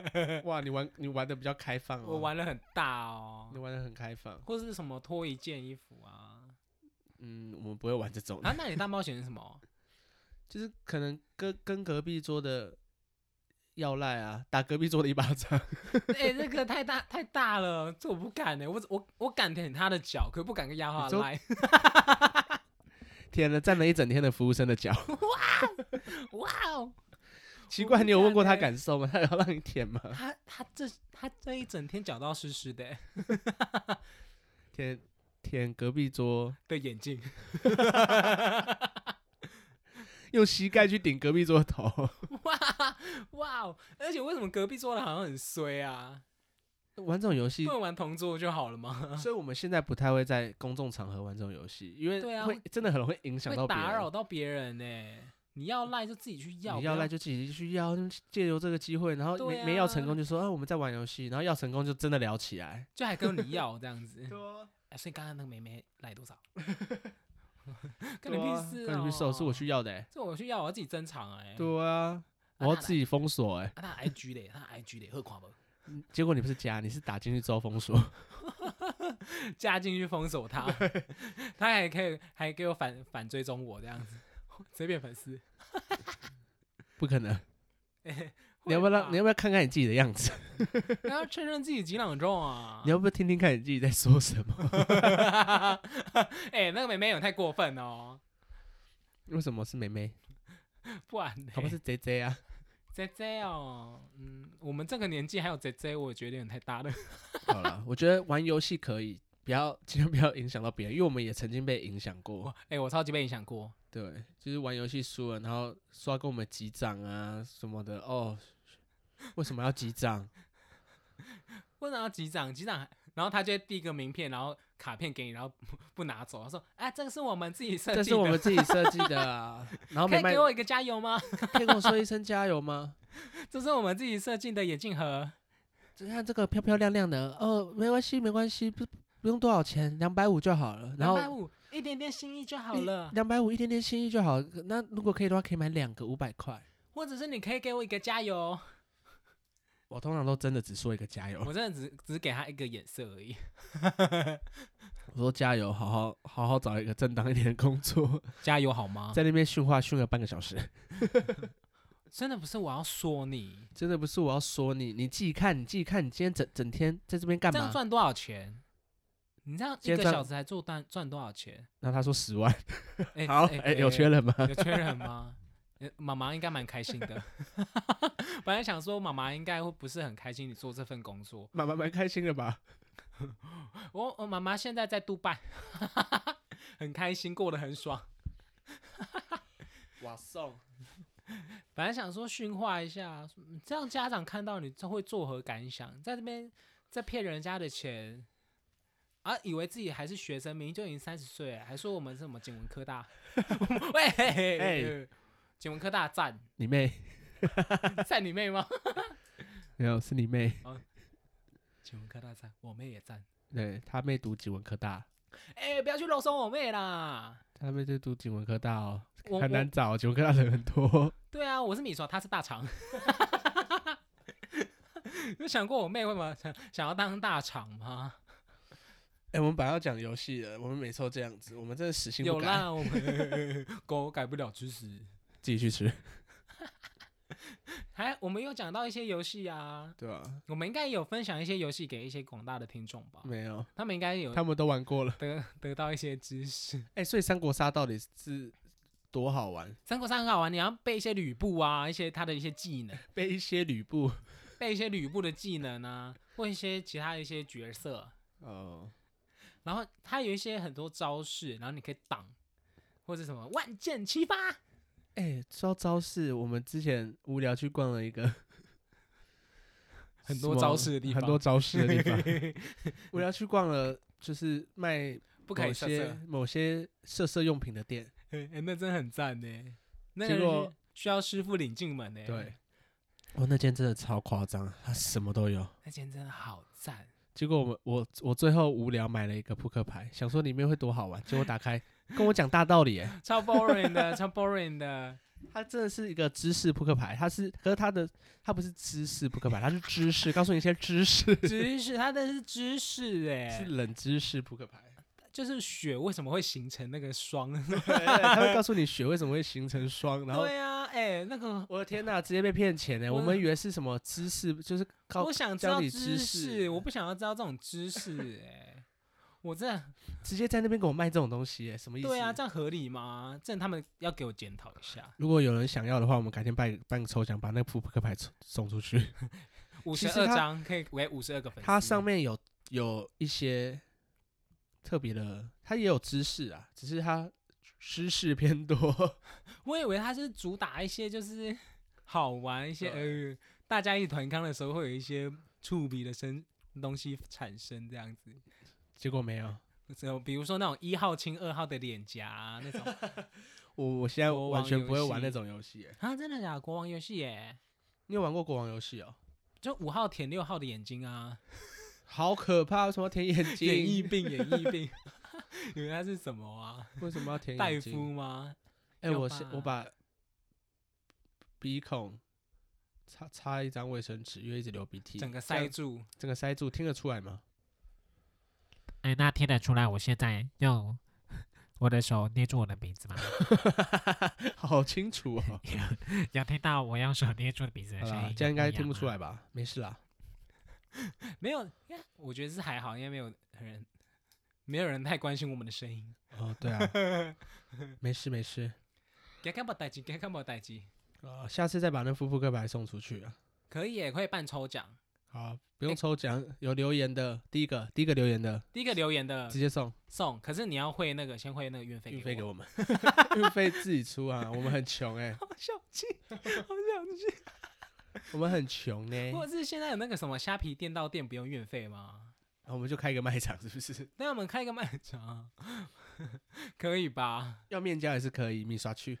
S1: (laughs) 哇，你玩你玩的比较开放哦，
S2: 我玩的很大哦
S1: 你，玩的很开放。
S2: 或是什么脱一件衣服啊？ (laughs)
S1: 嗯，我们不会玩这种的，
S2: 啊，那你大冒险是什么？
S1: 就是可能跟跟隔壁桌的要赖啊，打隔壁桌的一巴掌。
S2: 哎、这个太大太大了，这我不敢哎、我只我我敢舔他的脚，可不敢跟丫
S1: 你
S2: 花
S1: 说
S2: 来。 (laughs)
S1: 天呐，站了一整天的服务生的
S2: (laughs)
S1: 脚，
S2: 哇哦，
S1: 奇
S2: 我
S1: 怪，
S2: 不
S1: 你有问
S2: 敢
S1: 过他
S2: 欸
S1: 感受吗？他有让你舔吗？
S2: 他他这他这一整天脚都要湿湿的、欸、
S1: 舔舔隔壁桌，
S2: 的眼 (laughs) 镜，
S1: 用膝盖去顶隔壁桌的头。
S2: 哇哇哦！而且为什么隔壁桌的好像很衰啊？
S1: 玩这种游戏
S2: 不，能玩同桌就好
S1: (laughs)
S2: 了吗？
S1: 所以我们现在不太会在公众场合玩这种游戏，因为
S2: 对啊
S1: 会、真的很容易影响
S2: 会
S1: 到别
S2: 打扰
S1: 人。
S2: 到别人呢、你要赖就自己去要，
S1: 你
S2: 不
S1: 要赖就自己去要，借由这个机会，然后
S2: 对
S1: 没、
S2: 啊
S1: 没要成功就说啊我们在玩游戏，然后要成功就真的聊起来。
S2: 就还跟你要这样子。
S1: 对
S2: (laughs)
S1: 啊，
S2: 哎，所以刚刚那个妹妹赖多少？
S1: 跟
S2: 干你屁事、哦！
S1: 你屁事哦，是我去要的、欸。
S2: 这我去要，我要自己珍藏哎、啊，
S1: 对啊，我
S2: 那
S1: 要
S2: 来啊
S1: 自己封锁哎、
S2: 他 IG 嘞，他 IG 嘞，喝垮不？
S1: 结果你不是加，你是打进去之后封
S2: (laughs)
S1: 锁。
S2: 加进去封锁他， (laughs) 他还可以还给我反反追踪我这样子，随便粉丝。
S1: 不可能。你
S2: 会
S1: 要不要
S2: 吧 (laughs)
S1: 让你要不要看看你自己的样子？
S2: 你要确认自己几两重啊？
S1: 你要不要听听看你自己在说什么？ (laughs)
S2: (laughs) 哎、那个妹妹有太过分哦，
S1: 为什么是妹妹？
S2: 不然呢
S1: 好吧，是 J J 啊。
S2: 姐姐哦，嗯，我们这个年纪还有姐姐，我觉得有点太大了。
S1: 好了，我觉得玩游戏可以，不要尽量不要影响到别人，因为我们也曾经被影响过
S2: 哇。哎、我超级被影响过，
S1: 对，就是玩游戏输了，然后说要跟我们击掌啊什么的。哦，为什么要击
S2: (laughs)
S1: 掌？
S2: 问然后机长，机长，然后他就会递一个名片，然后卡片给你，然后 (laughs) 不不拿走，他说，哎、这个是我们自己设
S1: 这
S2: 计的，
S1: 是我
S2: (laughs)
S1: 们自己设计的啊。然后
S2: 可
S1: 没
S2: 以
S1: 卖
S2: 给，我一个加油吗？ (laughs)
S1: 可以跟我说一声加油吗？ (laughs)
S2: 这是我们自己设计的眼镜盒，
S1: 只看这个漂漂亮亮的，哦，没关系，没关系，不不用多少钱，两百五就好了。然
S2: 两
S1: 后
S2: 百五，啊一点点心意就好了，
S1: 两百五一点点心意就好。那如果可以的话，可以买两个五百块。
S2: 或者是你可以给我一个加
S1: 哦
S2: 油，
S1: 我通常都真的只说一个加油，
S2: 我真的只只给他一个眼色而已。 (laughs)
S1: 我说加油，好好好好找一个正当一点的工作，
S2: 加油好吗？
S1: 在那边训话训了半个小时。
S2: 真的不是我要说你，
S1: 真的不是我要说你，你自己看，你自己看，你今天整整天在这边干
S2: 这样
S1: 嘛？
S2: 赚多少钱？你这样一
S1: 今天
S2: 个
S1: 赚
S2: 小时还做单赚多少
S1: (laughs)
S2: 钱？
S1: 然后他说十万，
S2: 哎
S1: 好，哎，有缺人吗？
S2: 有缺人吗？呃妈妈应该蛮开心的。本来想说妈妈应该会不是很开心你做这份工作。
S1: 蛮蛮蛮开心的吧？
S2: 我我妈妈现在在杜拜， (laughs) 很开心，过得很爽。
S1: 哇送，
S2: 本来想说训话一下，嗯这样家长看到你这会作何感想？在这边在骗人家的钱。啊，以为自己还是学生，明明就已经三十岁了，还说我们是什么景文科大， (laughs) 喂，呃
S1: 哎
S2: 景文科大赞
S1: 你妹
S2: 赞你妹吗？ (laughs)
S1: 没有，是你妹，
S2: 景文科大赞，我妹也赞。
S1: 对他妹读景文科大，
S2: 哎、不要去肉松我妹啦！
S1: 他妹就读景文科大哦，
S2: 我
S1: 很难
S2: 我
S1: 找，景文科大人很多。
S2: 对啊，我是米索，她是大肠。有想过我妹为什么想想要当大肠吗？
S1: 哎、我们本来要讲游戏的，我们每次都这样子，我们真的死性
S2: 有
S1: 不改，
S2: 啦，我们 (laughs) 狗改不了吃屎。
S1: 自己去吃，
S2: 还我们有讲到一些游戏啊，
S1: 对吧？
S2: 我们应该有分享一些游戏给一些广大的听众吧，
S1: 没有，
S2: 嗯他们应该有
S1: 他们都玩过了。
S2: 得得到一些知识。
S1: 哎、所以三国杀到底是多好玩？
S2: 三国杀很好玩，你要背一些吕布啊，一些他的一些技能，
S1: 被一些吕布，
S2: 背一些吕布的技能啊，或一些其他的一些角色。
S1: 哦，
S2: 然后它有一些很多招式，然后你可以挡，或者什么万箭齐 (laughs) 发。
S1: 哎、说到招式，我们之前无聊去逛了一个
S2: (laughs) 很多
S1: 什么
S2: 招式的地
S1: 很多
S2: 方
S1: 招式的地
S2: (laughs)
S1: 方，无聊去逛了，就是卖
S2: 不可
S1: 某
S2: 以射
S1: 些
S2: 射，
S1: 某些色色用品的店，
S2: 哎、 (laughs) 哎那真的很赞呢。那
S1: 结
S2: 个
S1: 果
S2: 是需要师傅领进门呢。
S1: 对，。哦，那间真的超夸张，它什么都有。
S2: 那间真的好赞，
S1: 结果我们我我最后无聊买了一个扑克牌，想说里面会多好玩，结果打开跟我讲大道理
S2: (laughs)
S1: 哎，
S2: 超 boring (laughs) 的，超 boring 的。
S1: 它真的是一个知识扑克牌，它是可是它的它不是知识扑克牌，它是知识，告诉你一些知识，
S2: 知识，它的是知识
S1: 是
S2: 哎，
S1: 冷知识扑克牌，
S2: 就是雪为什么会形成那个 (laughs) 霜？
S1: 它会告诉你雪为什么会形成霜，然后
S2: 对啊，哎、那个
S1: 我的天呐，直接被骗钱哎，
S2: 我
S1: 我们以为是什么知识，就是告
S2: 我想知
S1: 教
S2: 道
S1: 你
S2: 知
S1: 知
S2: 识，
S1: 识
S2: 我不想要知道这种知识哎，我真的
S1: 直接在那边给我卖这种东西哎，什么意思？
S2: 对啊，这样合理吗？这样他们要给我检讨一下。
S1: 如果有人想要的话，我们改天办办个抽奖，把那个扑克牌送 (laughs) 送出去。
S2: 五
S1: 其
S2: 十
S1: 实
S2: 二
S1: 它
S2: 张可以给五十二个粉丝。
S1: 它上面有有一些特别的，它也有知识啊，只是它知识偏多。 (laughs)
S2: 我以为它是主打一些就是 (laughs) 好玩一些，呃，大家一团康的时候会有一些触鼻的声东西产生这样子。
S1: 结果没有。
S2: 就比如说那种一号亲二号的脸颊、啊、那种 (laughs)
S1: 我我现在
S2: 国
S1: 完
S2: 王
S1: 全
S2: 游
S1: 不会玩
S2: 戏
S1: 那种游戏耶。欸
S2: 啊，真的假的？国王游戏耶，
S1: 你有玩过国王游戏哦？
S2: 就五号舔六号的眼睛 (laughs) 啊，
S1: 好可怕！为什么要舔眼
S2: (laughs) 眼翳
S1: 睛？
S2: 病，眼翳病，你们那是什么啊？
S1: 为什么要舔
S2: 戴
S1: 眼睛？
S2: 夫吗？
S1: 哎、
S2: 要
S1: 我先我
S2: 吧
S1: 把鼻孔擦擦一张卫生纸，因为一直流鼻涕，
S2: 整个
S1: 这样
S2: 塞住，
S1: 整个塞住，听得出来吗？ (laughs)
S3: 哎，那听得出来我现在用 (laughs) 我的手捏住我的鼻子吗？ (laughs)
S1: 好清楚哦。
S3: 有听到我用手捏住鼻子的
S1: 好
S3: 声
S1: 啦
S3: 音？啊
S1: 这样应该听不出
S3: 来。
S1: 来吧？没事啦。
S2: 没有，我觉得是还好，因为没有人，没有人太关心我们的声音。
S1: 哦，对啊，没事没事。
S2: 给看不待机，给看不待机，
S1: 呃，下次再把那夫妇课牌送出去啊。
S2: 可以耶，可以办抽奖。
S1: 好，不用
S2: 哎
S1: 抽奖，有留言的第一个，第一个留言的
S2: 第一个留言的
S1: 直接送
S2: 送，可是你要汇那个，先汇那个运费
S1: 运费给
S2: 我。
S1: 我们，运费自己出啊，我们很穷哎、
S2: 好 (laughs) 小气，好小气。
S1: 我们很穷呢、
S2: 或者是现在有那个什么虾皮店到店不用运费吗？
S1: 我们就开一个卖场是不是？ (laughs)
S2: 那我们开一个卖场， (laughs) 可以吧
S1: 要面交也是可以，米刷去。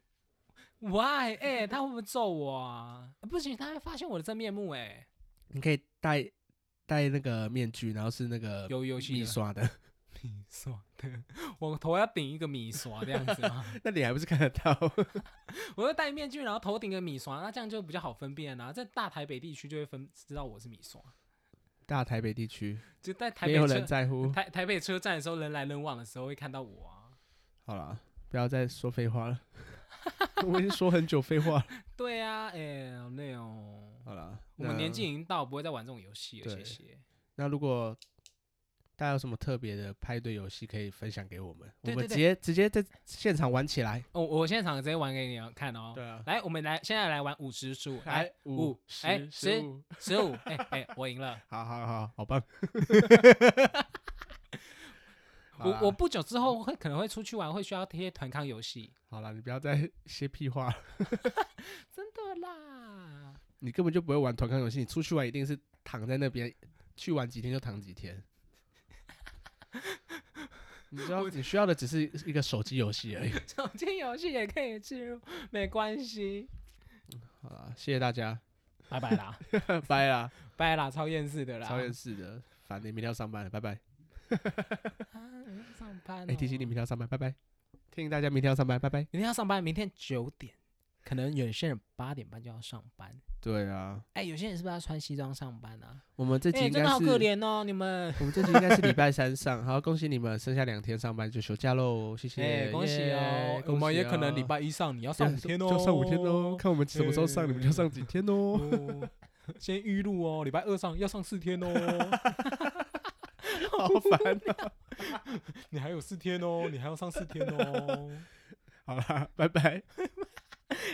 S2: ？Why？哎、他会不会揍我啊？不行，他会发现我的真面目哎、
S1: 你可以戴戴那个面具，然后是那个
S2: 有游戏
S1: 米
S2: 的
S1: 刷的， (laughs)
S2: 米刷的，我头要顶一个米刷这样子吗？ (laughs)
S1: 那你还不是看得到？ (laughs)
S2: 我就戴面具，然后头顶个米刷，那这样就比较好分辨啊。在大台北地区就会分知道我是米刷，
S1: 大台北地区
S2: 就在台
S1: 没
S2: 北
S1: 有人
S2: 车
S1: 在
S2: (laughs)
S1: 乎。
S2: 台台北车站的时候，人来人往的时候会看到我啊。
S1: 好了，不要再说废话了， (laughs) 我已经说很久废话了。
S2: 对啊，哎、好累哦。
S1: 好了，
S2: 我们年
S1: 那
S2: 纪已经到，不会再玩这种游戏了，
S1: 啊对
S2: 谢谢。
S1: 那如果大家有什么特别的派对游戏可以分享给我们，
S2: 对
S1: 我
S2: 对
S1: 们直
S2: 对
S1: 接直接在现场玩起来。
S2: 哦，我现场直接玩给你看哦。
S1: 对啊，
S2: 来，我们来现在来玩五十数，来
S1: 来五
S2: 五哎
S1: 十
S2: 十
S1: 十五，
S2: 十五，哎哎，我
S1: (laughs)
S2: 赢了。
S1: 好好好，好棒！好啊啦
S2: (laughs) 我我不久之后会可能会出去玩，会需要贴团康游戏。
S1: 好了，你不要再 (laughs) 些屁话了，
S2: 真的 (laughs) 啦，
S1: 你根本就不会玩团康游戏，你出去玩一定是躺在那边，去玩几天就躺几天。你知道你需要的只是一个手机游戏而已。
S2: 手机游戏也可以置入，没关
S1: (laughs)
S2: 系。
S1: 好啦，谢谢大家，
S2: 拜拜啦，
S1: 拜啦，
S2: (laughs) 拜啦，超厌世的啦。
S1: 超人是的，反正明天要上班了，拜拜。
S2: 哦啊，明天上班、哦。
S1: 哎、提醒你明天要上班，拜拜。提醒大家明天要上班，拜拜。
S2: 明天要上班，明天九点，可能有些人八点半就要上班。
S1: 对啊，
S2: 哎、有些人是不是要穿西装上班啊？
S1: 我们这集
S2: 哎、
S1: 应
S2: 真
S1: 该
S2: 的好
S1: 是、
S2: 可怜哦，你们。
S1: 我们这集应该是礼拜三上，好，恭喜你们，剩下两天上班就休假喽，谢谢，
S2: 哎、恭喜哦
S1: 耶！
S2: 我们也
S1: 恭喜
S2: 可能礼
S1: 哦
S2: 拜一上，你要上五天哦，
S1: 就上五天喽，看我们什么时候上，
S2: 哎
S1: 你们就上几天
S2: (laughs)
S1: 哦。
S2: 哦。先预录哦，礼拜二上要上四 (laughs) 天哦，
S1: 好烦啊！
S2: (laughs) 你还有四天哦，你还要上四天哦。
S1: 好啦，拜拜。
S2: (laughs)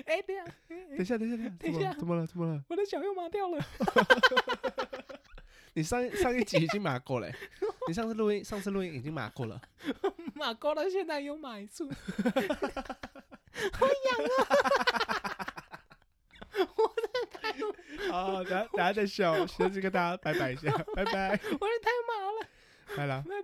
S2: 哎、等一下，
S1: 等一下，等一下，等
S2: 等
S1: 一
S2: 一
S1: 下
S2: 下
S1: 怎么了，怎么了？怎么了？
S2: 我的脚又麻掉了。 (laughs)
S1: 你上上一集已经麻过 (laughs) 了欸、你上次录音，上次录音已经麻过了。
S2: 马高到现在又买醋，好痒啊！我真的
S1: 哦好，等下等下再笑，先去跟大家拜拜一下，拜拜，
S2: 太，我真的太麻了，
S1: 拜啦。
S2: 拜拜。